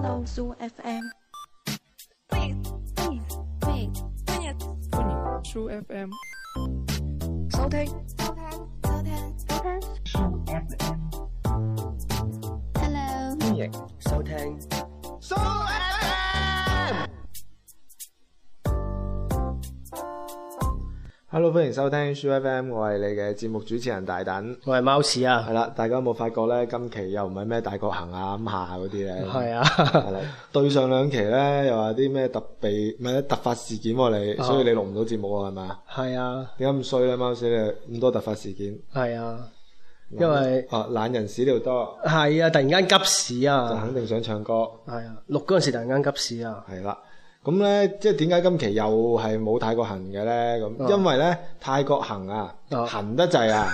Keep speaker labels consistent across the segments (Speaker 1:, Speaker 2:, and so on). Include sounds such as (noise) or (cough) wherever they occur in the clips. Speaker 1: FM。
Speaker 2: True FM，
Speaker 3: 收聽，
Speaker 1: Hello，
Speaker 3: 歡迎收聽。
Speaker 4: Hello，歡迎收聽 Soo FM，我係你嘅節目主持人大等。
Speaker 3: 我係貓屎啊
Speaker 4: 係，啦，大家有冇發覺咧？今期又唔係咩大國行啊、咁下嗰啲咧。
Speaker 3: 係
Speaker 4: 係
Speaker 3: 啊，
Speaker 4: 啦。對上兩期咧，又話啲咩特備咩突發事件喎、你，
Speaker 3: 啊
Speaker 4: 所以你錄唔到節目啊，係嘛？
Speaker 3: 係啊，
Speaker 4: 點解咁衰咧？貓屎你咁多突發事件，
Speaker 3: 係啊，因為
Speaker 4: 啊懶人屎尿多，
Speaker 3: 係啊，突然間急屎
Speaker 4: 就
Speaker 3: 啊，
Speaker 4: 肯定想唱歌。
Speaker 3: 係啊，錄嗰陣時突然間急屎啊，
Speaker 4: 係啦。咁咧，即係點解今期又係冇泰國行嘅咧？
Speaker 3: 啊
Speaker 4: 咁因為咧泰國行啊，
Speaker 3: 啊
Speaker 4: 行得滯
Speaker 3: (laughs)
Speaker 4: 啊，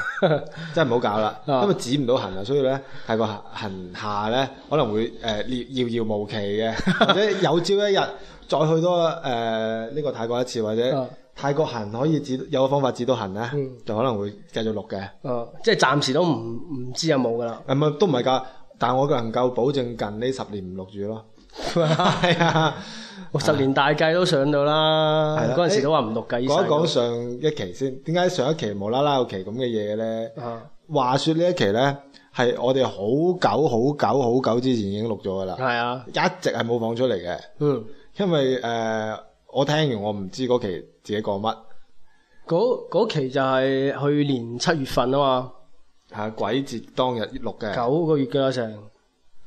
Speaker 4: 真係唔好搞啦，
Speaker 3: 啊
Speaker 4: 因為指唔到行啊，所以咧泰國行行下咧可能會誒、呃遙遙遙無期
Speaker 3: (laughs)
Speaker 4: 嘅，或者有朝一日再去多呃誒呢、個泰國一次，或者
Speaker 3: 啊
Speaker 4: 泰國行可以指有個方法指到行咧，
Speaker 3: 嗯
Speaker 4: 就可能會繼續錄嘅。
Speaker 3: 啊，即係暫時都唔唔知有冇噶啦，
Speaker 4: 誒唔係都唔係㗎，但我能夠保證近呢十年唔錄住
Speaker 3: (laughs)
Speaker 4: 咯。係啊。
Speaker 3: 我十年大計都上到啦
Speaker 4: 係，啦
Speaker 3: 嗰陣時都話唔錄㗎，醫
Speaker 4: 講一講
Speaker 3: 生
Speaker 4: 上一期先，點解上一期無啦啦有期咁嘅嘢嘅咧？
Speaker 3: 啊，
Speaker 4: 話說呢一期咧，係我哋好久好久好久之前已經錄咗噶啦，
Speaker 3: 係啊，
Speaker 4: 一直係冇放出嚟嘅，
Speaker 3: 嗯，
Speaker 4: 因為誒、呃我聽完我唔知嗰期自己講乜
Speaker 3: 嗰嗰期就係去年七月份啊嘛。
Speaker 4: 嚇，啊鬼節當日錄嘅，
Speaker 3: 九個月㗎啦成，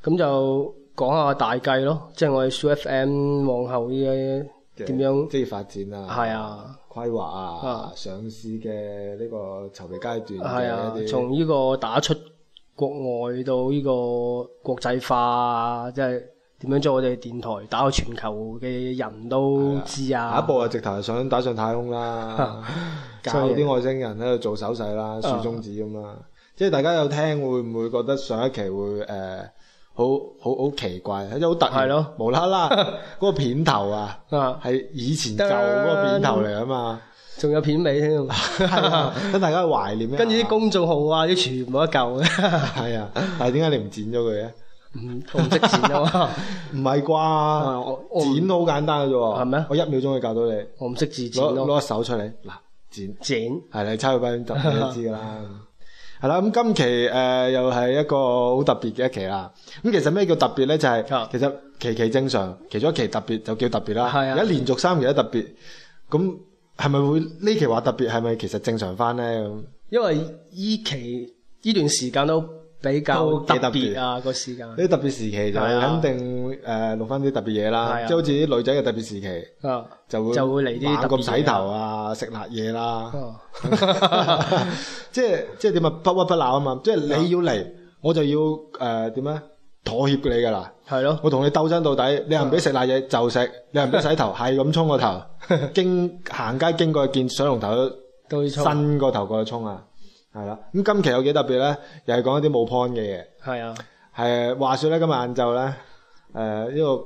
Speaker 3: 咁就講下大計咯，即係我哋 s FM 往後呢
Speaker 4: 嘅
Speaker 3: 啲點樣
Speaker 4: 職業發展啊，
Speaker 3: 係啊
Speaker 4: 規劃啊
Speaker 3: 啊，
Speaker 4: 上市嘅呢個籌備階
Speaker 3: 係
Speaker 4: 段，
Speaker 3: 啊
Speaker 4: 嘅一啲
Speaker 3: 從呢個打出國外到呢個國際化啊，即係點樣將我哋電台打到全球嘅人都知啊，
Speaker 4: 下一步啊，直頭係想打上太空
Speaker 3: (laughs)
Speaker 4: 啦，教
Speaker 3: 啊
Speaker 4: 啲外星人喺度做手勢啦，豎中指咁啦。即係大家有聽會唔會覺得上一期會誒、呃好好好奇怪，即係好突然，
Speaker 3: 係咯
Speaker 4: 無啦
Speaker 3: (laughs)
Speaker 4: 啦嗰個片頭啊，
Speaker 3: 啊，
Speaker 4: 係以前舊嗰個片頭嚟啊嘛，
Speaker 3: 仲有片尾添，
Speaker 4: (laughs) 等大家懷念一下
Speaker 3: (laughs) 啊跟住啲公眾號啊啲全部一嚿嘅， (laughs)
Speaker 4: 係啊，但係點解你唔剪咗佢嘅？啊
Speaker 3: 唔我唔識剪
Speaker 4: (laughs)
Speaker 3: 啊嘛，
Speaker 4: 唔係
Speaker 3: 啊
Speaker 4: 啩
Speaker 3: 我？我唔
Speaker 4: 剪好簡單嘅啫喎，
Speaker 3: 係咩
Speaker 4: 我一秒鐘就教到你，
Speaker 3: 我唔識字剪
Speaker 4: 攞攞
Speaker 3: 咯，
Speaker 4: 個手出嚟嗱剪。
Speaker 3: 剪
Speaker 4: 係啦，差佢
Speaker 3: (laughs)
Speaker 4: 百分之你都知噶啦。係啦，咁今期誒、呃又係一個好特別嘅一期啦。咁其實咩叫特別咧？就係、
Speaker 3: 啊
Speaker 4: 其實期期正常，其中一期特別就叫特別啦。
Speaker 3: 係啊
Speaker 4: 而家連續三期都特別，咁係咪會呢期話特別係咪其實正常翻咧？咁
Speaker 3: 因為依期呢段時間都比較
Speaker 4: 都
Speaker 3: 特
Speaker 4: 幾特別
Speaker 3: 別啊個時間
Speaker 4: 呢啲特別時期就
Speaker 3: 係啊
Speaker 4: 肯定誒、呃、錄翻啲特別嘢
Speaker 3: 係
Speaker 4: 啦，
Speaker 3: 啊
Speaker 4: 即係好似啲女仔嘅特別時期
Speaker 3: 啊，
Speaker 4: 就會
Speaker 3: 就會嚟啲
Speaker 4: 猛
Speaker 3: 特別
Speaker 4: 咁
Speaker 3: 嘢啊
Speaker 4: 洗頭啊、食辣嘢啦。
Speaker 3: 啊
Speaker 4: (laughs) 即係即係點啊？不屈不撓啊嘛！即係你要嚟，我就要誒點咧？妥協你㗎啦！
Speaker 3: 係咯，
Speaker 4: 我同你鬥爭到底，你又唔俾食辣嘢就食，你又唔俾洗頭，係咁衝個頭，經行街經過見水龍頭
Speaker 3: 都要
Speaker 4: 都
Speaker 3: 衝
Speaker 4: 伸個頭過去衝啊！係啦，咁今期有幾特別咧？又係講一啲冇 point 嘅嘢。
Speaker 3: 係啊，
Speaker 4: 係話說咧，今日晏晝咧，誒呢個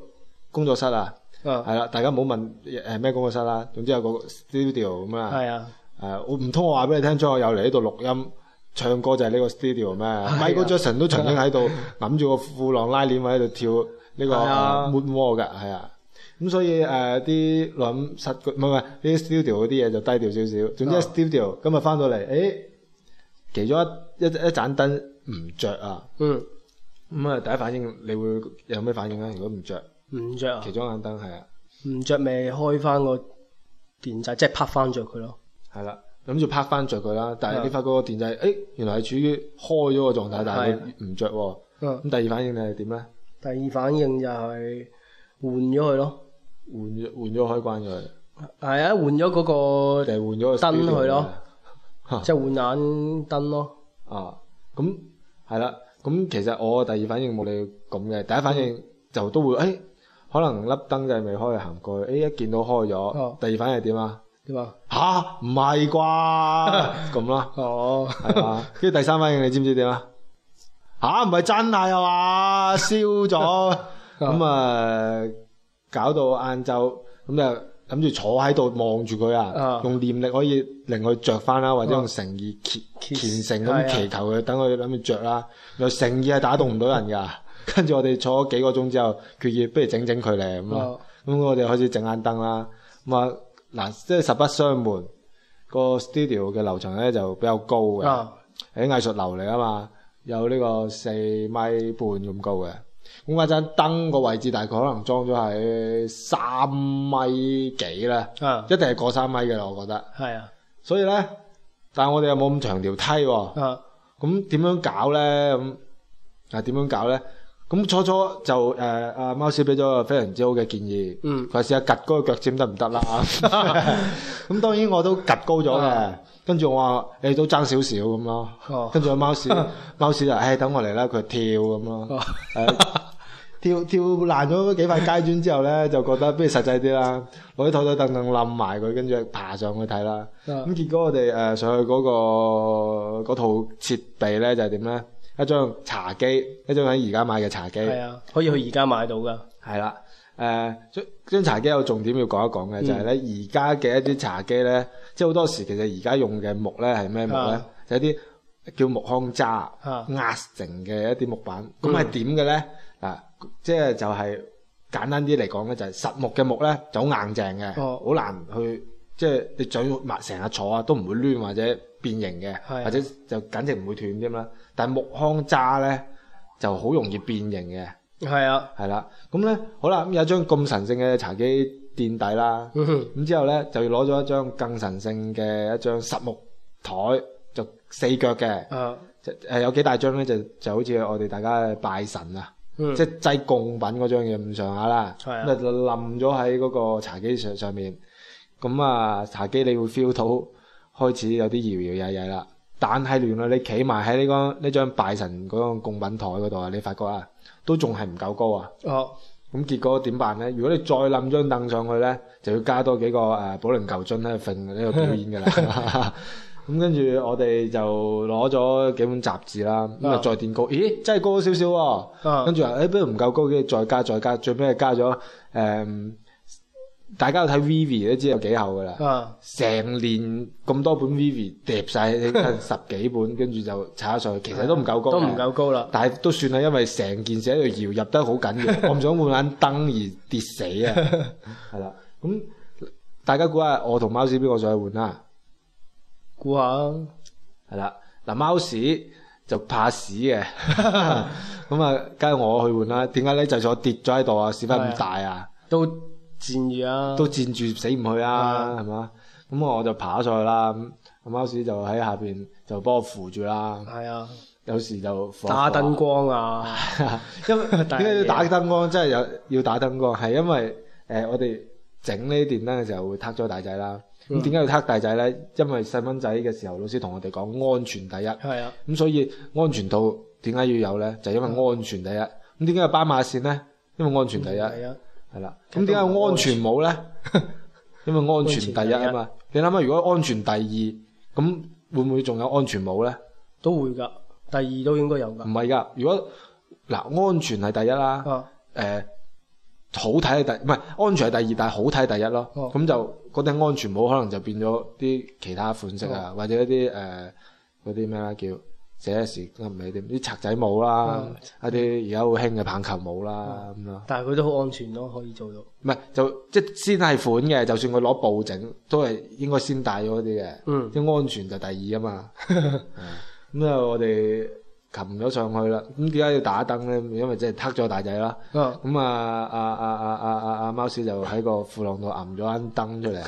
Speaker 4: 工作室啊，
Speaker 3: 啊
Speaker 4: 係啦，大家唔好問誒咩工作室啦，總之有個 studio 咁啊。
Speaker 3: 係啊，
Speaker 4: 誒、我唔通我話俾你聽，張學友嚟呢度錄音唱歌就係啊呢個 studio 咩
Speaker 3: 啊
Speaker 4: ？Michael Jackson 都曾經喺度揞住個褲浪拉鏈位喺度跳呢、個
Speaker 3: 係啊
Speaker 4: 誒 moonwalk 㗎，係啊。咁所以誒啲錄音室嗰唔係唔係呢啲 studio 嗰啲嘢就低調少少。總之
Speaker 3: 啊
Speaker 4: studio 今日翻到嚟，誒、其中一一一盞燈唔着啊！
Speaker 3: 嗯，
Speaker 4: 咁啊，第一反應你會有咩反應啊咧？如果唔着，
Speaker 3: 唔着啊
Speaker 4: 其，中一盞燈係啊，
Speaker 3: 唔着咪開翻個電掣，即係拍翻着佢咯，
Speaker 4: 係啦，諗住拍翻着佢啦，但係
Speaker 3: 啊
Speaker 4: 你發覺個電掣，誒、哎原來係處於開咗個狀態，但係
Speaker 3: 係啊
Speaker 4: 佢唔着喎。
Speaker 3: 嗯，
Speaker 4: 咁第二反應你係點咧？
Speaker 3: 第二反應就係換咗佢咯，
Speaker 4: 換咗換咗開關佢，
Speaker 3: 係啊，換咗嗰個
Speaker 4: 定係換咗個
Speaker 3: 燈
Speaker 4: studio
Speaker 3: 佢咯 (laughs)
Speaker 4: 嚇
Speaker 3: 即係換眼燈咯，
Speaker 4: 啊？咁係啦，咁其實我第二反應冇你咁嘅，第一反
Speaker 3: 嗯
Speaker 4: 應就都會誒、哎可能粒燈掣未開就行過去，誒、哎一見到開咗，
Speaker 3: 哦
Speaker 4: 第二反應係點啊？
Speaker 3: 點啊？
Speaker 4: 吓？唔係
Speaker 3: (laughs)
Speaker 4: 啩？咁啦，
Speaker 3: 哦，
Speaker 4: 係啊，跟住第三反應你知唔知點啊？吓？唔係真係啊嘛？燒咗 (laughs) 咁啊，搞到晏晝咁就諗住坐喺度望住佢
Speaker 3: 啊
Speaker 4: 啊，用念力可以令佢着翻啦，或者
Speaker 3: 啊
Speaker 4: 用誠意虔
Speaker 3: 虔
Speaker 4: 虔誠
Speaker 3: 係
Speaker 4: (laughs)
Speaker 3: 啊
Speaker 4: 咁祈求佢，等佢諗住着啦。原來誠意係打動唔到人㗎，跟住我哋坐咗幾個鐘之後，決議不如整整佢咧咁啊。咁我哋開始整眼燈啦。咁啊嗱，即係實不相瞞，個 studio 嘅樓層咧就比較高嘅，喺、
Speaker 3: 啊
Speaker 4: 藝術樓嚟啊嘛，有呢個四米半咁高嘅。咁嗰盞燈個位置大概可能裝咗喺三米幾啦，
Speaker 3: 啊
Speaker 4: 一定係過三米嘅啦，我覺得。
Speaker 3: 系啊
Speaker 4: 所以咧，但係我哋又冇咁長條梯喎、
Speaker 3: 啊
Speaker 4: 咁點樣搞咧？咁啊點樣搞咧？咁初初就誒阿貓屎俾咗個非常之好嘅建議，
Speaker 3: 嗯
Speaker 4: 佢話試下趌高個腳尖得唔得啦？咁當然我都趌高咗嘅
Speaker 3: 啊，
Speaker 4: 跟住我話誒都爭少少咁咯
Speaker 3: 哦， (laughs)
Speaker 4: 跟住阿貓屎貓屎就誒等我嚟啦，佢跳咁咯 (laughs)
Speaker 3: 哦，
Speaker 4: 誒跳跳爛咗幾塊街磚之後咧，就覺得不如實際啲啦，攞啲台台凳凳冧埋佢，跟住爬上去睇啦。
Speaker 3: 啊
Speaker 4: 咁結果我哋誒、呃上去嗰、個嗰套設備咧就係點咧？一張茶機，一張喺而家買嘅茶機，
Speaker 3: 系啊，可以去而家買到噶，
Speaker 4: 係啦。誒，張張茶機有重點要講一
Speaker 3: 嗯
Speaker 4: 講嘅，就係咧而家嘅一啲茶機咧，即係好多時其實而家用嘅木咧係咩木咧
Speaker 3: 啊？
Speaker 4: 就係一啲叫木糠渣
Speaker 3: 啊
Speaker 4: 壓成嘅一啲木板。咁
Speaker 3: 嗯
Speaker 4: 係點嘅咧？嗱，即係就係簡單啲嚟講咧，就係實木嘅木咧就好硬淨嘅，
Speaker 3: 哦
Speaker 4: 好難去即係你嘴抹成日坐啊都唔會攣或者變形嘅，
Speaker 3: 係
Speaker 4: 或者就簡直唔會斷添啦。但係木糠渣咧就好容易變形嘅。
Speaker 3: 係啊，
Speaker 4: 係啦，咁咧好啦，咁有一張咁神聖嘅茶几墊底啦，
Speaker 3: 嗯哼
Speaker 4: 咁之後咧就要攞咗一張更神聖嘅一張實木台，就四腳嘅，
Speaker 3: 啊
Speaker 4: 就誒有幾大張咧就就好似我哋大家拜神啊，
Speaker 3: 嗯
Speaker 4: 即係祭供品嗰張嘢咁上下啦，
Speaker 3: 係啊
Speaker 4: 咁就冧咗喺嗰個茶几上上面，咁啊茶几你會 feel 到開始有啲搖搖曳曳啦，但係原來你企埋喺呢個呢張拜神嗰個供品台嗰度啊，你發覺啊都仲係唔夠高啊！
Speaker 3: 哦
Speaker 4: 咁結果點辦咧？如果你再冧張凳上去咧，就要加多幾個誒、呃保齡球樽喺度揈呢度表演㗎
Speaker 3: (laughs)
Speaker 4: 啦。咁跟住我哋就攞咗幾本雜誌啦，咁啊
Speaker 3: 啊
Speaker 4: 再墊高，咦真係高咗少少喎。
Speaker 3: 啊
Speaker 4: 跟住話誒，不如唔夠高，跟住再加再加，最尾係加咗誒、大家有睇 Vivi 都知有幾厚㗎啦。
Speaker 3: 啊
Speaker 4: 成年咁多本 Vivi 疊晒，你睇十幾本，跟住就踩上去，其實都唔夠高嘅，
Speaker 3: 都唔夠高啦，
Speaker 4: 但係都算啦，因為成件事喺度搖入得好緊 (laughs) 要，我唔想換眼燈而跌死 (laughs) 啊！係啦，咁大家估下我同貓屎邊個上去換啦？
Speaker 3: 估下啊
Speaker 4: 係啦，嗱貓屎就怕屎 (laughs) 嘅，咁啊，梗係我去換啦。點解咧？就係我跌咗喺度啊，屎忽咁大啊！
Speaker 3: 都戰意啊，
Speaker 4: 都佔住死唔去啊，係嘛？咁我就爬咗上去啦，咁阿貓屎就喺下邊就幫我扶住啦，
Speaker 3: 係啊，
Speaker 4: 有時就扶一扶啊
Speaker 3: 打燈，
Speaker 4: (laughs)
Speaker 3: 光啊，
Speaker 4: 因為點
Speaker 3: 大
Speaker 4: 解要
Speaker 3: 嘢
Speaker 4: 打燈光？真係有要打燈光，係因為誒、呃我哋整呢啲電燈嘅時候會撻咗大仔啦。咁點解要撻大仔咧？因為細蚊仔嘅時候，老師同我哋講安全第一。
Speaker 3: 係啊，
Speaker 4: 咁所以安全套點解要有咧？就因為安全第一。咁點解有斑馬線咧？因為安全第一。
Speaker 3: 係啊，
Speaker 4: 系啦，咁點解有安全帽 (laughs) 咧？因為安全第一啊嘛。你諗下，如果安全第二，咁會唔會仲有安全帽咧？
Speaker 3: 都會㗎，第二都應該有
Speaker 4: 唔
Speaker 3: 㗎，
Speaker 4: 係噶，如果嗱安全係第一啦，誒、
Speaker 3: 啊
Speaker 4: 呃好睇係第唔係安全係第二，但係好睇係第一咯。
Speaker 3: 哦
Speaker 4: 咁、就嗰頂安全帽可能就變咗啲其他款式
Speaker 3: 哦
Speaker 4: 啊，或者一啲誒嗰啲咩啦叫。寫時唔係啲啲賊仔帽啦，
Speaker 3: 哦
Speaker 4: 一啲而家好興嘅棒球帽啦咁咯。
Speaker 3: 但係佢都好安全咯，可以做到，
Speaker 4: 唔係就即係先係款嘅，就算佢攞布整，都係應該先戴咗嗰啲嘅，
Speaker 3: 嗯
Speaker 4: 即係安全就第二啊
Speaker 3: (laughs)
Speaker 4: 嘛。咁啊，我哋擒咗上去啦。咁點解要打燈咧？因為即係黑咗大仔啦。 (laughs)
Speaker 3: 啊
Speaker 4: 咁啊啊啊啊啊啊啊！貓屎就喺個褲浪度揞咗間燈
Speaker 3: (laughs)
Speaker 4: 出嚟。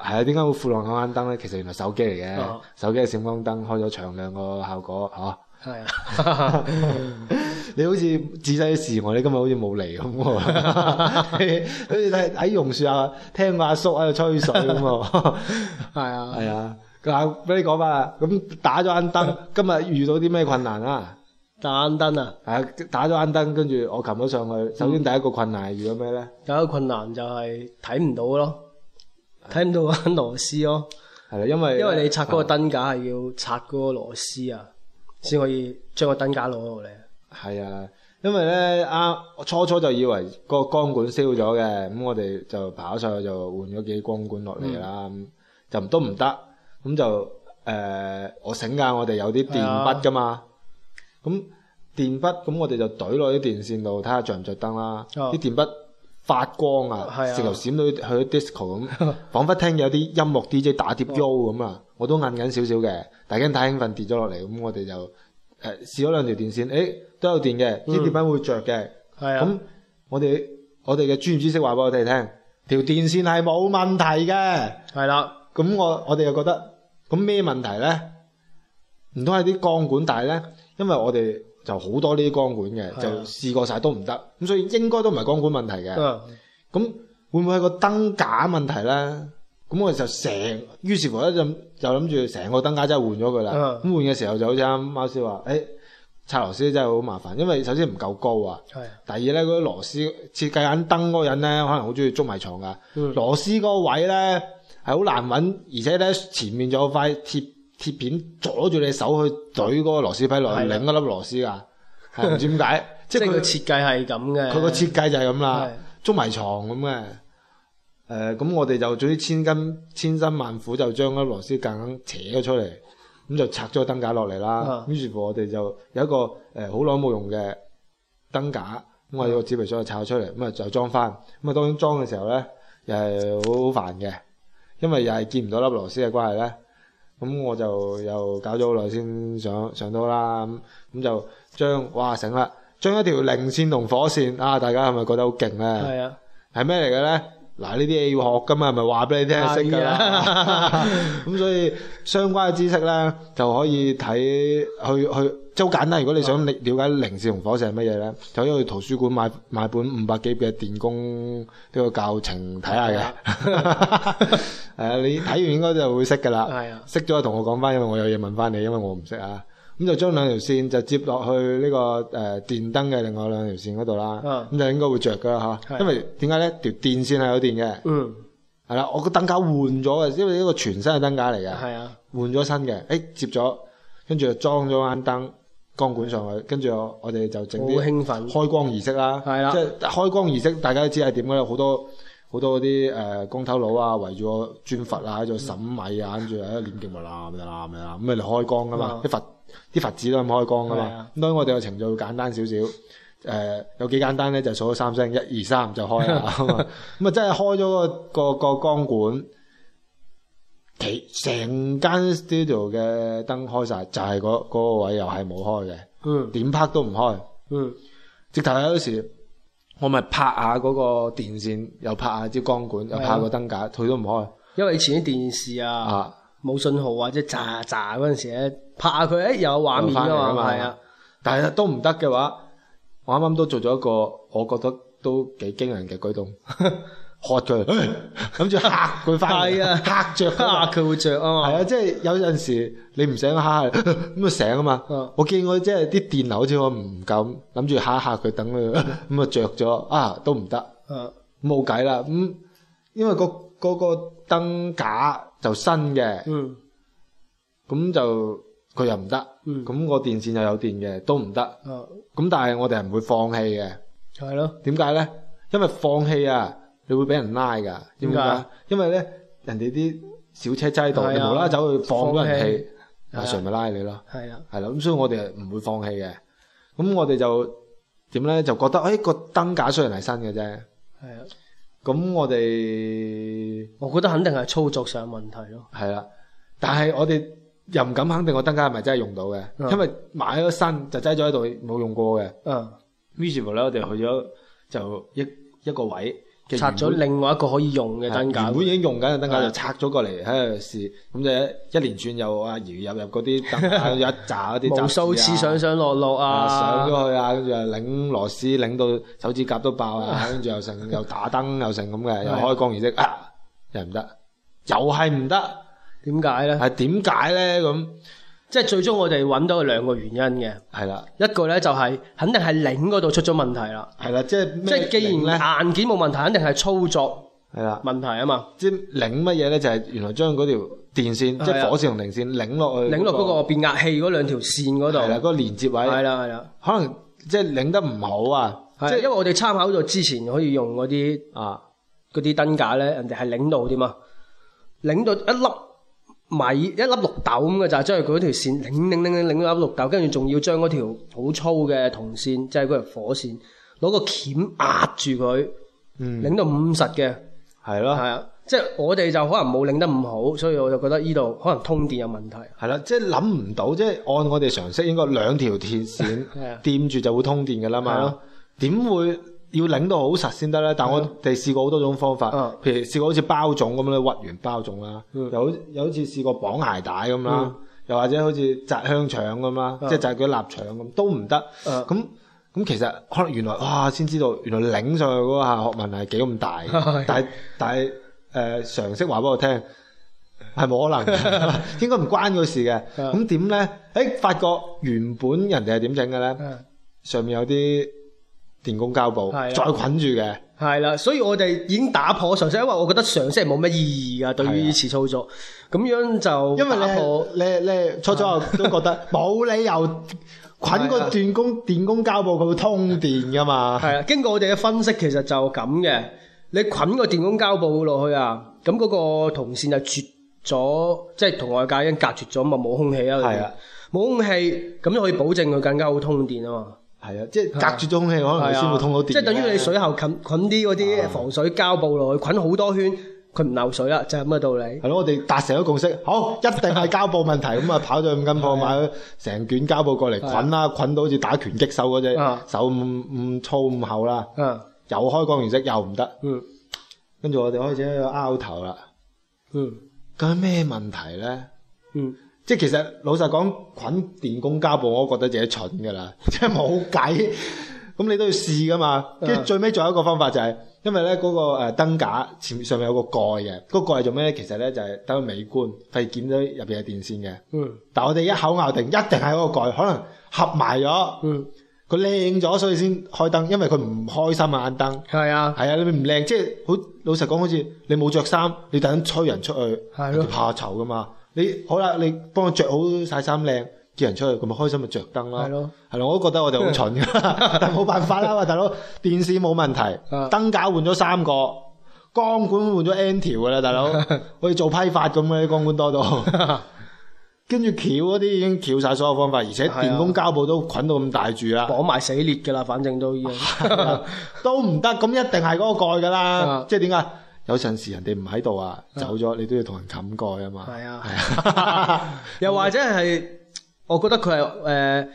Speaker 4: 係啊，點解會褲浪嗰間燈咧？其實原來手機嚟嘅，
Speaker 3: 哦
Speaker 4: 手機嘅閃光燈開咗長亮個效果
Speaker 3: (laughs)
Speaker 4: 嚇。
Speaker 3: 係啊，
Speaker 4: (laughs)
Speaker 3: (laughs)
Speaker 4: 你好似自細嘅時我，你今日好似冇嚟咁喎，
Speaker 3: (laughs)
Speaker 4: (laughs) 好似睇喺榕樹下聽個阿叔喺度吹水咁喎。
Speaker 3: (laughs) 係啊，
Speaker 4: 係啊，嗱，俾你講翻啦，咁打咗眼燈，今日遇到啲咩困難啊？
Speaker 3: 單燈啊。
Speaker 4: 係啊，打咗眼燈，跟住我擒咗上去。首先第一個困難係遇到咩咧？
Speaker 3: 有一個困難就係睇唔到咯，睇唔到嗰根螺絲咯，
Speaker 4: 係啊啦，因為
Speaker 3: 因為你拆嗰個燈架係要拆嗰個螺絲啊，先可以將個燈架攞落嚟。
Speaker 4: 係啊，因為咧啱我初初就以為個光管燒咗嘅，咁我哋就跑上去就換咗幾光管落嚟啦，
Speaker 3: 嗯
Speaker 4: 咁就都唔得，
Speaker 3: 啊
Speaker 4: 咁就誒、呃我醒㗎，我哋有啲電筆㗎嘛，咁電筆咁我哋就懟落啲電線度睇下着唔着燈啦。
Speaker 3: 哦
Speaker 4: 啲電筆發光啊
Speaker 3: 係，啊
Speaker 4: 直頭閃到去 disco
Speaker 3: (laughs)
Speaker 4: 咁，彷彿聽有啲音樂 DJ 打
Speaker 3: 哦
Speaker 4: 碟 U 咁啊！我都摁緊少少嘅，但係驚太興奮跌咗落嚟，咁我哋就誒試咗兩條電線，誒都有電嘅，啲
Speaker 3: 嗯
Speaker 4: 電筆會着嘅。
Speaker 3: 係啊
Speaker 4: 咁我哋我哋嘅專業知識話俾我哋聽，條電線係冇問題嘅。
Speaker 3: 係啦，
Speaker 4: 咁我我哋又覺得咁咩問題呢？唔通係啲光管大呢？因為我哋就好多呢啲光管嘅
Speaker 3: 係，啊
Speaker 4: 就試過晒都唔得，咁所以應該都唔係光啊管問題嘅。
Speaker 3: 嗯
Speaker 4: 咁會唔會係個燈架問題呢？咁我哋就成，於是乎咧就就諗住成個燈架真係換咗佢啦。咁、
Speaker 3: 嗯
Speaker 4: 換嘅時候就好似啱啱貓師話，誒、拆螺絲真係好麻煩，因為首先唔夠高啊。
Speaker 3: 係
Speaker 4: 第二咧，嗰啲螺絲設計緊燈嗰個人咧，可能好中意捉迷藏噶。
Speaker 3: 嗯
Speaker 4: 螺絲嗰個位咧係好難揾，而且咧前面仲有塊鐵鐵片阻住你手去懟嗰個螺絲批落去，
Speaker 3: 係啦啊
Speaker 4: 擰一粒螺絲噶，係唔知點解，
Speaker 3: (laughs)
Speaker 4: 即
Speaker 3: 即係
Speaker 4: 係
Speaker 3: 佢
Speaker 4: 佢
Speaker 3: 設計係咁嘅。
Speaker 4: 佢個設計就啊係咁啦
Speaker 3: 係，
Speaker 4: 捉迷藏咁嘅。誒、咁我哋就總之千斤千辛萬苦就將嗰粒螺絲夾硬扯咗出嚟，咁就拆咗個燈架落嚟啦
Speaker 3: 啊。
Speaker 4: 於是乎我哋就有一個誒好耐冇用嘅燈架，咁我有個紙皮箱就拆咗出嚟，咁啊就裝翻。咁啊當然裝嘅時候咧，又係好好煩嘅，因為又係見唔到粒螺絲嘅關係咧。咁我就又搞咗好耐先上上到啦，咁咁就將哇醒啦，將一條零線同火線啊，大家係咪覺得好勁咧？
Speaker 3: 係啊，
Speaker 4: 係咩嚟嘅咧？嗱，呢啲嘢要學噶嘛，係咪話俾你聽係啊識㗎啦。 (laughs) 咁所以相關嘅知識咧，就可以睇去去，即係好簡單。如果你想了了解零線同火線係乜嘢咧，就可以去圖書館買買本五百幾嘅電工呢個教程睇下嘅。 (laughs) 係啊，你睇完應該就會識㗎啦。
Speaker 3: 係啊
Speaker 4: 識咗就同我講翻，因為我有嘢問翻你，因為我唔識啊。咁就將兩條線就接落去呢、個誒、呃、電燈嘅另外兩條線嗰度啦。咁、
Speaker 3: 嗯
Speaker 4: 就應該會着㗎啦嚇。
Speaker 3: 係
Speaker 4: 因為點解咧？條電線係有電嘅，
Speaker 3: 嗯，
Speaker 4: 係啦。我個燈架換咗嘅，因為呢個全新嘅燈架嚟嘅，
Speaker 3: 係啊，
Speaker 4: 換咗新嘅。誒、接咗，跟住就裝咗眼燈光管上去，跟住我我哋就整
Speaker 3: 好
Speaker 4: 啲
Speaker 3: 興奮。啊
Speaker 4: 開光儀式啦。
Speaker 3: 係啦
Speaker 4: 即係開光儀式，大家都知係點㗎啦，好多。好多嗰啲誒工頭佬啊，圍住個磚佛啊，喺
Speaker 3: 嗯
Speaker 4: 度審米啊，跟住喺度念經咪啦咪啦咪啦，咁咪嚟開光噶嘛
Speaker 3: 啊，
Speaker 4: 啲佛啲佛子都咁開光噶
Speaker 3: 係
Speaker 4: 嘛
Speaker 3: 啊。
Speaker 4: 咁當然我哋嘅程序會簡單少少，誒、有幾簡單咧，就數咗三聲，一二三就開
Speaker 3: (laughs)
Speaker 4: 啦咁啊咁啊真係開咗個個個光管，其成間 studio 嘅燈開晒，就係嗰嗰個位又係冇開嘅，
Speaker 3: 嗯
Speaker 4: 點拍都唔開。
Speaker 3: 嗯，
Speaker 4: 直頭有時我咪拍下嗰個電線，又拍下支光管，又拍個燈架，佢都唔開
Speaker 3: 因為以前啲電視啊
Speaker 4: 啊！
Speaker 3: 冇信號啊，即係喳喳嗰陣時咧，拍下佢，誒又有畫面
Speaker 4: 有返嚟㗎嘛
Speaker 3: 㗎嘛，係啊， (laughs)
Speaker 4: 但係都唔得嘅話，我啱啱都做咗一個我覺得都幾驚人嘅舉動， (laughs) 喝佢， (laughs) 諗住嚇佢翻嚟，
Speaker 3: 係啊
Speaker 4: 嚇着佢
Speaker 3: 啊
Speaker 4: 嘛。
Speaker 3: 佢會着啊
Speaker 4: 係
Speaker 3: 嘛，
Speaker 4: 啊，即係有陣時你唔醒嚇咁啊醒啊嘛
Speaker 3: 嗯。
Speaker 4: 我見我即係啲電流好似我唔夠，諗住嚇一嚇佢等佢 (laughs) 咁啊着咗啊都唔得。
Speaker 3: 啊
Speaker 4: 冇計啦，咁、因為、個嗰、個燈架就新嘅，
Speaker 3: 嗯
Speaker 4: 咁就佢又唔得，
Speaker 3: 嗯
Speaker 4: 咁、個電線又有電嘅都唔得，
Speaker 3: 啊
Speaker 4: 咁但係我哋係唔會放棄嘅，
Speaker 3: 係咯，
Speaker 4: 點解呢？因為放棄啊，你會俾人拉㗎，點
Speaker 3: 點解
Speaker 4: 解？因為呢，人哋啲小車擠喺度，
Speaker 3: 係啊
Speaker 4: 你無啦啦走去放咗人
Speaker 3: 放
Speaker 4: 氣
Speaker 3: 棄，
Speaker 4: 阿
Speaker 3: 係啊
Speaker 4: Sir 咪拉你咯。
Speaker 3: 係啊啦，
Speaker 4: 係啦，咁所以我哋係唔會放棄嘅。咁我哋就點呢？就覺得，誒、個燈架雖然係新嘅啫，
Speaker 3: 係啊，
Speaker 4: 咁我哋
Speaker 3: 我覺得肯定係操作上問題咯，
Speaker 4: 係啦，但係我哋又唔敢肯定個燈架係咪真係用到嘅，
Speaker 3: 嗯
Speaker 4: 因為買咗新就擠咗喺度冇用過嘅。
Speaker 3: 嗯，
Speaker 4: 於是乎咧，我哋去咗就一一個位嘅
Speaker 3: 拆咗
Speaker 4: 原本
Speaker 3: 另外一個可嗯以用嘅燈
Speaker 4: 係
Speaker 3: 架
Speaker 4: 原，本已經用緊嘅燈架
Speaker 3: 係
Speaker 4: 就拆咗過嚟喺度試，咁就一一連串又啊搖搖入入嗰啲燈
Speaker 3: (laughs)
Speaker 4: 架有一紮嗰啲雜
Speaker 3: 無數
Speaker 4: 誌
Speaker 3: 次
Speaker 4: 啊
Speaker 3: 上上落落
Speaker 4: 啊上
Speaker 3: 啊，
Speaker 4: 咗去啊，跟住又擰螺絲擰到手指甲都爆啊，
Speaker 3: 嗯
Speaker 4: 跟住又成
Speaker 3: (laughs)
Speaker 4: 又打燈又成咁嘅，又
Speaker 3: 係
Speaker 4: 開光儀式啊，又唔得，又係唔得。
Speaker 3: 點解咧？
Speaker 4: 係點解咧？咁
Speaker 3: 即係最終我哋揾到兩個原因嘅，
Speaker 4: 係啦，
Speaker 3: 一個咧就係肯定係擰嗰度出咗問題啦，
Speaker 4: 係啦，即係
Speaker 3: 即係既然啊
Speaker 4: 咧，
Speaker 3: 硬件冇問題，肯定係操作
Speaker 4: 係啦，
Speaker 3: 問題啊嘛，
Speaker 4: 即係領乜嘢咧？就係原來將嗰條電線，
Speaker 3: 係啊
Speaker 4: 即係火線同零線領落去
Speaker 3: 擰落嗰個變壓器嗰兩條線嗰
Speaker 4: 嗰度，嗯係啦，嗰
Speaker 3: 度，
Speaker 4: 個連接位，
Speaker 3: 係啦係啦。
Speaker 4: 可能即係領得唔好啊，
Speaker 3: 係
Speaker 4: 即
Speaker 3: 因為
Speaker 4: 係
Speaker 3: 我哋參考咗之前可以用嗰啲
Speaker 4: 啊，
Speaker 3: 嗰啲燈架咧，人哋係擰到添嘛，擰到一粒米一粒綠豆咁嘅，就係將佢嗰條線擰擰擰擰擰到粒綠豆，跟住仲要將嗰條好粗嘅銅線，即係嗰條火線，攞個鉗壓住佢，
Speaker 4: 嗯，
Speaker 3: 擰到五實嘅，
Speaker 4: 係
Speaker 3: 係
Speaker 4: 咯，
Speaker 3: 啊，即係我哋就可能冇擰得咁好，所以我就覺得呢度可能通電有問題。
Speaker 4: 係啦，即係諗唔到，即係按我哋常識應該兩條鐵線
Speaker 3: (laughs) 係啊
Speaker 4: 掂住就會通電㗎啦
Speaker 3: 係啊
Speaker 4: 嘛
Speaker 3: 咯，
Speaker 4: 點會要擰到好實先得咧？但
Speaker 3: 啊
Speaker 4: 我哋試過好多種方法
Speaker 3: 嗯，
Speaker 4: 譬如試過好似包粽咁樣屈完包粽啦，
Speaker 3: 嗯
Speaker 4: 又好又好似試過綁鞋帶咁啦
Speaker 3: 嗯，
Speaker 4: 又或者好似擲香腸咁啦，
Speaker 3: 嗯
Speaker 4: 即係擲佢臘腸咁都唔得。
Speaker 3: 嗯，
Speaker 4: 咁咁其實可能原來哇先知道原來擰上去嗰下學問係幾咁大嘅
Speaker 3: (laughs)
Speaker 4: 但係但係誒、呃常識話俾我聽係冇可能嘅，
Speaker 3: (laughs)
Speaker 4: 應該唔關佢事嘅。
Speaker 3: 嗯
Speaker 4: 咁點咧？誒、發覺原本人哋係點整嘅咧？
Speaker 3: 嗯
Speaker 4: 上面有啲電工膠布
Speaker 3: 係啊
Speaker 4: 再捆住嘅，
Speaker 3: 係啦，所以我哋已經打破常識，因為我覺得常識係冇乜意義㗎，啊對於呢次操作，咁樣就
Speaker 4: 因為
Speaker 3: 打破
Speaker 4: 你你你初初都覺
Speaker 3: (laughs)
Speaker 4: 得冇理由捆個
Speaker 3: 係啊
Speaker 4: 電工電工膠布佢會通電㗎嘛。
Speaker 3: 係啊，經過我哋嘅分析，其實就咁嘅。你捆個電工膠布落去啊，咁嗰個銅線就絕咗，即係同外界已經隔絕咗嘛，冇空氣啊。裏面
Speaker 4: 係啊，
Speaker 3: 冇空氣，咁就可以保證佢更加好通電啊嘛。
Speaker 4: 係啊，即係隔住咗空氣，可能佢
Speaker 3: 係啊
Speaker 4: 先會通到電嘅。啊
Speaker 3: 即係等於你水喉捆捆啲嗰啲防水膠布落去，捆好多圈，佢唔漏水啦，就係咁嘅道理。
Speaker 4: 係咯，我哋達成咗共識，好，一定係膠布問題，咁啊跑咗去五金鋪買咗成卷膠布過嚟捆啦，捆到好似打拳擊手嗰隻
Speaker 3: 啊
Speaker 4: 手咁咁粗咁厚啦，
Speaker 3: 啊，
Speaker 4: 又開光原色又唔得，
Speaker 3: 嗯
Speaker 4: 跟住我哋開始喺度拗頭啦，
Speaker 3: 嗯
Speaker 4: 究竟咩問題咧？
Speaker 3: 嗯，
Speaker 4: 即係其實老實講，捆電工膠布，我都覺得自己蠢㗎啦， (laughs) 即係冇計。咁你都要試㗎嘛。跟住
Speaker 3: 嗯
Speaker 4: 最尾仲有一個方法就係、因為咧嗰、個誒燈架前面上面有個蓋嘅，嗰、個蓋係做咩咧？其實咧就係等佢美觀，費檢到入邊嘅電線嘅。
Speaker 3: 嗯
Speaker 4: 但我哋一口咬定一定係嗰個蓋，可能合埋咗，
Speaker 3: 嗯，
Speaker 4: 佢靚咗，所以先開燈，因為佢唔開心啊眼燈。
Speaker 3: 係啊，
Speaker 4: 係啊，你唔靚，即係好老實講，好似你冇着衫，你特登催人出去，
Speaker 3: 係咯
Speaker 4: 人哋怕醜噶嘛。你好啦，你幫我着好晒衫靚，叫人出去，咁咪開心咪着燈咯。
Speaker 3: 係咯，
Speaker 4: 係咯，我都覺得我哋好蠢
Speaker 3: (laughs)
Speaker 4: 噶，但冇辦法啦，喂大佬，電視冇問題，
Speaker 3: 啊
Speaker 4: 燈架換咗三個，光管換咗 N 條噶啦，大佬，
Speaker 3: (laughs)
Speaker 4: 好似做批發咁嘅啲光管多到。跟住撬嗰啲已經撬晒所有方法，而且
Speaker 3: 係啊
Speaker 4: 電工膠布都捆到咁大住啦。
Speaker 3: 綁埋死裂㗎啦，反正都已
Speaker 4: (laughs)
Speaker 3: 經。
Speaker 4: 都唔得，咁一定係嗰個蓋噶啦
Speaker 3: 啊。
Speaker 4: 即係點解？有陣時人哋唔喺度啊，走咗你都要同人冚蓋啊嘛。
Speaker 3: 係啊
Speaker 4: 係啊， (laughs)
Speaker 3: 又或者係，我覺得佢係誒，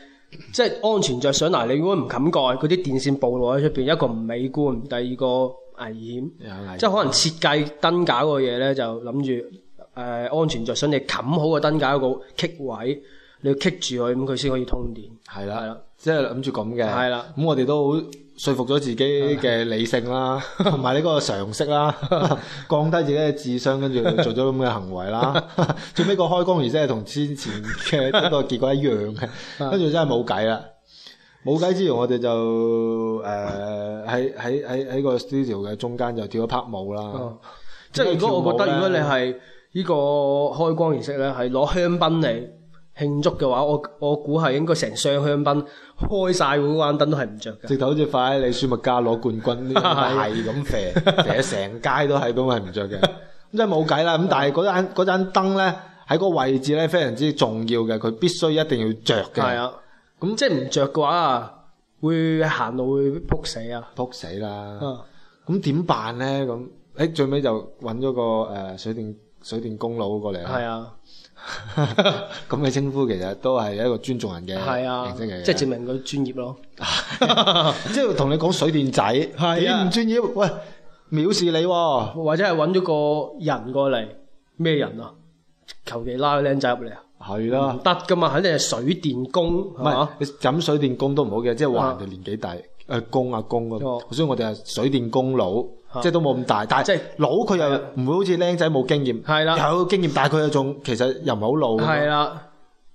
Speaker 3: 即係安全着想。嗱，你如果唔冚蓋，嗰啲電線暴露喺出邊，一個唔美觀，第二個危險。
Speaker 4: 有危險
Speaker 3: 即係可能設計燈架嗰個嘢咧，就諗住誒安全着想，你冚好個燈架嗰個棘位，你要棘住佢，咁佢先可以通電。
Speaker 4: 係
Speaker 3: 係
Speaker 4: 啦
Speaker 3: 啦，
Speaker 4: 即係諗住咁嘅。
Speaker 3: 係啦，
Speaker 4: 咁我哋都好說服咗自己嘅理性啦， (laughs) 同埋呢個常識啦， (laughs) 降低自己嘅智商，
Speaker 3: (laughs)
Speaker 4: 跟住做咗咁嘅行為啦。 (laughs) 最尾個開工儀式係同之前嘅一個結果一樣
Speaker 3: (laughs) 啊
Speaker 4: 嘅，跟住真係冇計啦。冇計之餘，我哋就誒喺喺喺喺個 studio 嘅中間就跳咗 part 舞啦
Speaker 3: 哦。即係如果我覺得，
Speaker 4: 點
Speaker 3: 如果
Speaker 4: 解
Speaker 3: 你
Speaker 4: 跳舞呢
Speaker 3: 係呢個開光儀式咧，係攞香檳嚟慶祝嘅話，我我估係應該成箱香檳開晒嗰關燈都係唔着嘅。
Speaker 4: 直頭好似快喺李舒麥加攞冠
Speaker 3: (laughs)
Speaker 4: 軍，係咁肥，肥成街都係，咁係唔着嘅。咁真係冇計
Speaker 3: 嗯
Speaker 4: 啦。咁但係嗰盞嗰盞燈咧，喺個位置咧非常之重要嘅，佢必須一定要着
Speaker 3: 係
Speaker 4: 嘅。
Speaker 3: 啊，咁即係唔着嘅話，會行路會仆死啊！
Speaker 4: 仆死啦！
Speaker 3: 啊，
Speaker 4: 咁點辦咧？咁誒最尾就揾咗個誒水電水電工佬過嚟啦。
Speaker 3: 係啊，
Speaker 4: (laughs) 咁嘅稱呼其實都係一個尊重人嘅
Speaker 3: 係啊，
Speaker 4: 形式嚟嘅。
Speaker 3: 即係證明佢專業咯。
Speaker 4: (laughs) 即係同你講水電仔，
Speaker 3: 啊
Speaker 4: 你唔專業，喂，藐視你喎！
Speaker 3: 或者係揾咗個人過嚟，咩人啊？求其拉個僆仔入嚟啊？
Speaker 4: 係啦
Speaker 3: 唔。得噶嘛，肯定係水電工
Speaker 4: 唔
Speaker 3: 係
Speaker 4: 係
Speaker 3: 嘛？
Speaker 4: 你飲水電工都唔好嘅，即係話人哋年紀大，誒公啊公
Speaker 3: 啊哦
Speaker 4: 咁，所以我哋係水電工佬，
Speaker 3: 啊
Speaker 4: 即係都冇咁大，但
Speaker 3: 即
Speaker 4: 係
Speaker 3: 係
Speaker 4: 老佢又
Speaker 3: 係啊
Speaker 4: 唔會好似僆仔冇經驗，
Speaker 3: 係啦
Speaker 4: 有經驗，但係佢又仲其實又唔係好老，
Speaker 3: 係
Speaker 4: 係
Speaker 3: 啦，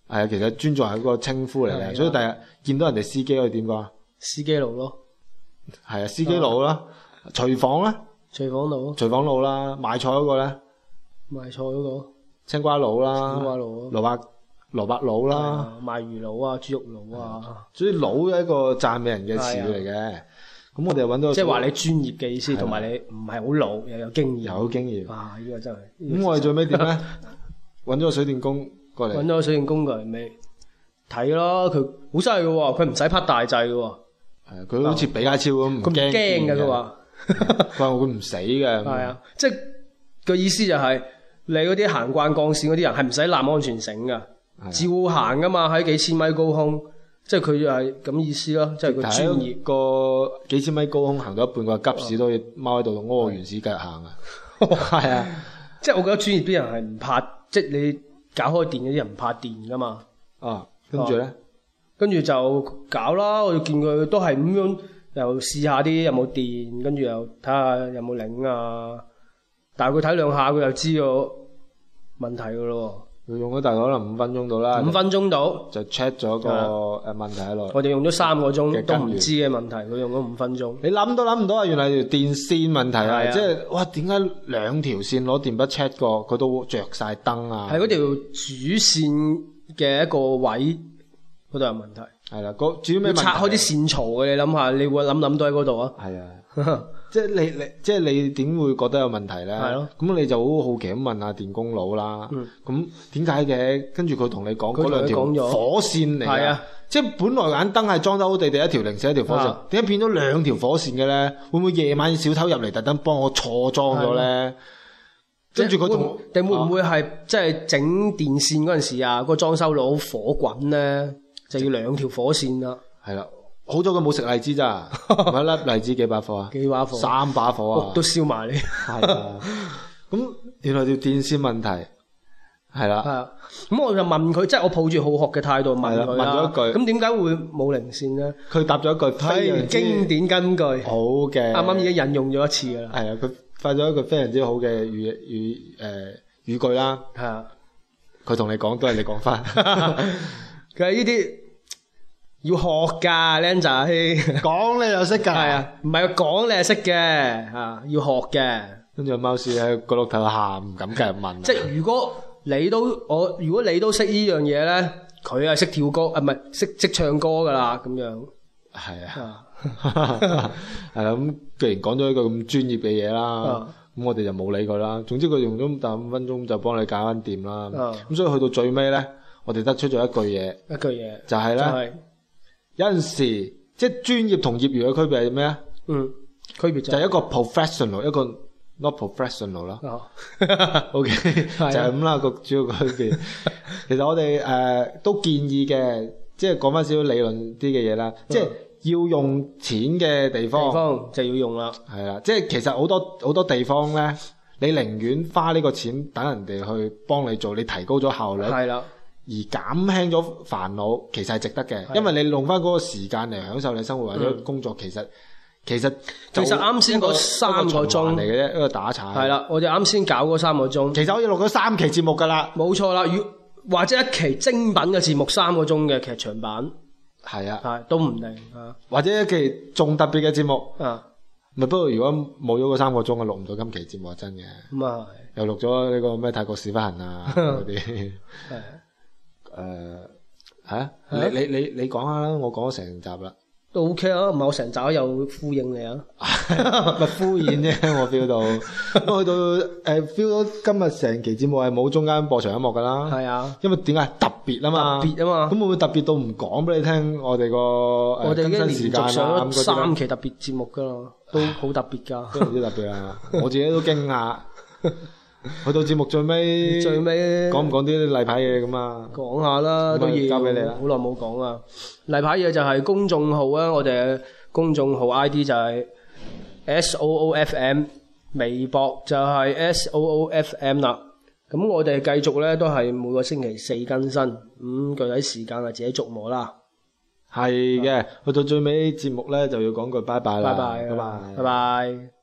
Speaker 4: 啊，其實尊重係一個稱呼嚟
Speaker 3: 係
Speaker 4: 嘅，
Speaker 3: 啊
Speaker 4: 所以第日見到人哋司機可以點講啊？
Speaker 3: 司機佬咯，
Speaker 4: 係啊，司機佬啦，廚房啦，
Speaker 3: 廚房佬，
Speaker 4: 廚房佬啦，賣菜嗰個咧，
Speaker 3: 賣菜嗰個，
Speaker 4: 青瓜佬啦，
Speaker 3: 青瓜佬
Speaker 4: 蘿蔔蘿蔔佬啦。
Speaker 3: 啊賣魚佬啊，豬肉佬啊，
Speaker 4: 所以老係一個讚美人嘅詞嚟嘅。咁我哋又揾到個
Speaker 3: 即係話你專業嘅意思，
Speaker 4: 係啊
Speaker 3: 同埋你唔係好老又有經驗。
Speaker 4: 有經驗。
Speaker 3: 哇！呢個真係， (laughs)
Speaker 4: 咁我哋最尾點咧？揾咗個水電工過
Speaker 3: 揾
Speaker 4: 嚟，
Speaker 3: 咗個水電工具咪睇咯，佢好犀利嘅喎，佢唔使拍大掣嘅喎，
Speaker 4: 係啊佢好似比卡超咁，
Speaker 3: 佢唔驚嘅
Speaker 4: 見
Speaker 3: 佢話。
Speaker 4: 佢話佢唔死嘅，
Speaker 3: 系啊，即係個意思就係你嗰啲行慣鋼線嗰啲人係唔使攬安全繩噶，
Speaker 4: 係啊
Speaker 3: 照行噶嘛，喺幾千米高空，即係佢就係咁意思咯，即係佢
Speaker 4: 但
Speaker 3: 專
Speaker 4: 係
Speaker 3: 業
Speaker 4: 一個幾千米高空行到一半，個急屎都可以踎喺度屙完屎繼續行
Speaker 3: (laughs)
Speaker 4: 啊！係啊，
Speaker 3: 即係我覺得專業啲人係唔怕，即係你搞開電嗰啲人唔怕電噶嘛，
Speaker 4: (laughs) 啊，跟住咧，
Speaker 3: 跟住就搞啦。我見佢都係咁樣，又試下啲有冇電，跟住又睇下有冇領啊。但係佢睇兩下，佢就知個問題噶咯
Speaker 4: 佢用咗大概可能五分鐘到啦，
Speaker 3: 喎。五分鐘到。
Speaker 4: 就 check 咗個誒問題喺度。
Speaker 3: 我哋用咗三個鐘
Speaker 4: 嘅
Speaker 3: 都
Speaker 4: 根
Speaker 3: 唔
Speaker 4: 源
Speaker 3: 知嘅問題，佢用咗五分鐘。
Speaker 4: 你諗都諗唔到啊！原來條電線問題
Speaker 3: 係
Speaker 4: 啊，
Speaker 3: 啊
Speaker 4: 即係哇，點解兩條線攞電筆 check 過，佢都着晒燈啊？
Speaker 3: 係嗰條主線嘅一個位嗰度有問題，
Speaker 4: 係啦，嗰至於咩
Speaker 3: 要
Speaker 4: 問題
Speaker 3: 拆開啲線槽嘅，你諗下，你會諗諗到喺嗰
Speaker 4: (laughs)
Speaker 3: 度啊？
Speaker 4: 係啊。即係你你即係你點會覺得有問題咧？
Speaker 3: 係咯
Speaker 4: 咁你就好好奇咁問下電工佬啦
Speaker 3: 嗯。
Speaker 4: 咁點解嘅？跟住佢同你講嗰
Speaker 3: 佢同你
Speaker 4: 兩條
Speaker 3: 講咗
Speaker 4: 火線嚟㗎
Speaker 3: 係啊！
Speaker 4: 即係本來眼燈係裝得好地地一條零舍一條火線
Speaker 3: 啊，
Speaker 4: 點解變咗兩條火線嘅咧？會唔會夜晚小偷入嚟特登幫我錯裝咗咧？跟住佢同
Speaker 3: 啊
Speaker 4: 啊
Speaker 3: 即係會唔定會唔會係即係整電線嗰陣時啊，個裝修佬火滾咧，就要兩條火線啊啦，
Speaker 4: 啊係啦，好咗佢冇食荔枝
Speaker 3: (laughs)
Speaker 4: 咋？買粒荔枝幾把火啊？
Speaker 3: 幾把火，哦
Speaker 4: 三把火啊
Speaker 3: (laughs) 屋！都燒埋你。
Speaker 4: 係啊！ (laughs) 咁原來條電線問題係啦
Speaker 3: 係。啊，咁我就問佢，即係我抱住好學嘅態度問
Speaker 4: 係啦
Speaker 3: 佢啦。
Speaker 4: 問咗一句
Speaker 3: 咁點解會冇零線咧？
Speaker 4: 佢答咗一句非常
Speaker 3: 係經
Speaker 4: 之
Speaker 3: 典金句，啱
Speaker 4: 好嘅，
Speaker 3: 啱已經引用咗一次㗎啦。
Speaker 4: 係啊，佢發咗一句非常之好嘅語語誒語句啦。
Speaker 3: 係啊。
Speaker 4: 佢同你講都係你講翻，
Speaker 3: (laughs) 佢係呢啲要學㗎，僆仔係
Speaker 4: 講你又識㗎。，
Speaker 3: 啊，唔係講你係識嘅啊，要學嘅。
Speaker 4: 跟住貓屎喺個碌頭喊，唔敢繼續問。
Speaker 3: 即係如果你都我，如果你都識呢樣嘢咧，佢係識跳歌啊，唔係識識唱歌㗎啦，咁樣
Speaker 4: 係 (laughs) 啊，
Speaker 3: 啊，
Speaker 4: 係啦。咁既然講咗一句咁專業嘅嘢啦
Speaker 3: 啊，
Speaker 4: 咁我哋就冇理佢啦。總之佢用咗大五分鐘就幫你搞翻掂啦。
Speaker 3: 啊
Speaker 4: 咁所以去到最尾咧，我哋得出咗一句嘢，
Speaker 3: 一句嘢
Speaker 4: 就係
Speaker 3: 就
Speaker 4: 咧
Speaker 3: 係
Speaker 4: 有陣時即係專業同業餘嘅區別係咩啊？
Speaker 3: 嗯區別
Speaker 4: 就
Speaker 3: 係
Speaker 4: 係一個 professional，一個 not professional
Speaker 3: (laughs)
Speaker 4: 啦。
Speaker 3: 哦
Speaker 4: OK，就
Speaker 3: 啊
Speaker 4: 係咁啦，個主要區別。其實我哋誒、呃都建議嘅，即係講翻少少理論啲嘅嘢啦，即係要用錢嘅地
Speaker 3: 地
Speaker 4: 方
Speaker 3: 方就要用啦，
Speaker 4: 係啦，即係其實好多好多地方咧，你寧願花呢個錢等人哋去幫你做，你提高咗效率，
Speaker 3: 係啦，
Speaker 4: 而減輕咗煩惱，其實係值得嘅，因為你用翻嗰個時間嚟享受你生活或者工作，其實其實
Speaker 3: 嗯
Speaker 4: 就
Speaker 3: 其實啱先嗰三
Speaker 4: 一
Speaker 3: 個
Speaker 4: 個循環
Speaker 3: 鐘
Speaker 4: 嚟嘅啫，一個打岔
Speaker 3: 係啦，我哋啱先搞嗰三個鐘。
Speaker 4: 其實我已經錄咗三期節目㗎啦，
Speaker 3: 冇錯啦，如或者一期精品嘅節目三個鐘嘅劇場版，
Speaker 4: 係啊，
Speaker 3: 係都唔定啊
Speaker 4: 或者一期仲特別嘅節目，
Speaker 3: 啊
Speaker 4: 咪不過如果冇咗嗰三個鐘，我錄唔到今期節目係真嘅，
Speaker 3: 咁啊
Speaker 4: 又錄咗呢個咩泰國屎忽痕
Speaker 3: (laughs)
Speaker 4: 啊嗰啲，
Speaker 3: 係係
Speaker 4: 誒 (laughs) 嚇，你你你你講下啦，我講咗成集啦，
Speaker 3: 都 OK 啊，唔係我成集又呼應你啊，
Speaker 4: (laughs) 咪敷衍啫，我
Speaker 3: (laughs)
Speaker 4: feel 到，咁去到誒 feel 到今日成期節目係冇中間播長音樂㗎啦，
Speaker 3: 係啊，
Speaker 4: 因為點解特別啊嘛，
Speaker 3: 特別啊
Speaker 4: 咁
Speaker 3: 嘛，
Speaker 4: 會唔會特別到唔講俾你聽我哋個
Speaker 3: 我
Speaker 4: 我
Speaker 3: 哋已經
Speaker 4: 更新時
Speaker 3: 連
Speaker 4: 間啊
Speaker 3: 續上
Speaker 4: 咁
Speaker 3: 咗
Speaker 4: 嗰啲咧
Speaker 3: 三期特別節目噶啦，都好特別
Speaker 4: 真 (laughs) 係
Speaker 3: 噶，
Speaker 4: 唔知特
Speaker 3: (laughs)
Speaker 4: 別啦，我自己都驚訝。去到節目最尾，
Speaker 3: 最尾
Speaker 4: 講唔講啲例牌嘢咁啊？
Speaker 3: 講下啦，
Speaker 4: 咁
Speaker 3: 都
Speaker 4: 啊
Speaker 3: 要
Speaker 4: 交俾你啦
Speaker 3: 好耐冇講啊。例牌嘢就係公眾號啊，我哋嘅公眾號 I D 就係 S O O F M，微博就係 S O O F M 啦。咁我哋繼續咧都係每個星期四更新，咁、具體時間啊自己捉摸啦。
Speaker 4: 係嘅，去到最尾節目咧就要講句拜拜啦，
Speaker 3: 拜拜，
Speaker 4: 拜拜
Speaker 3: 拜。拜。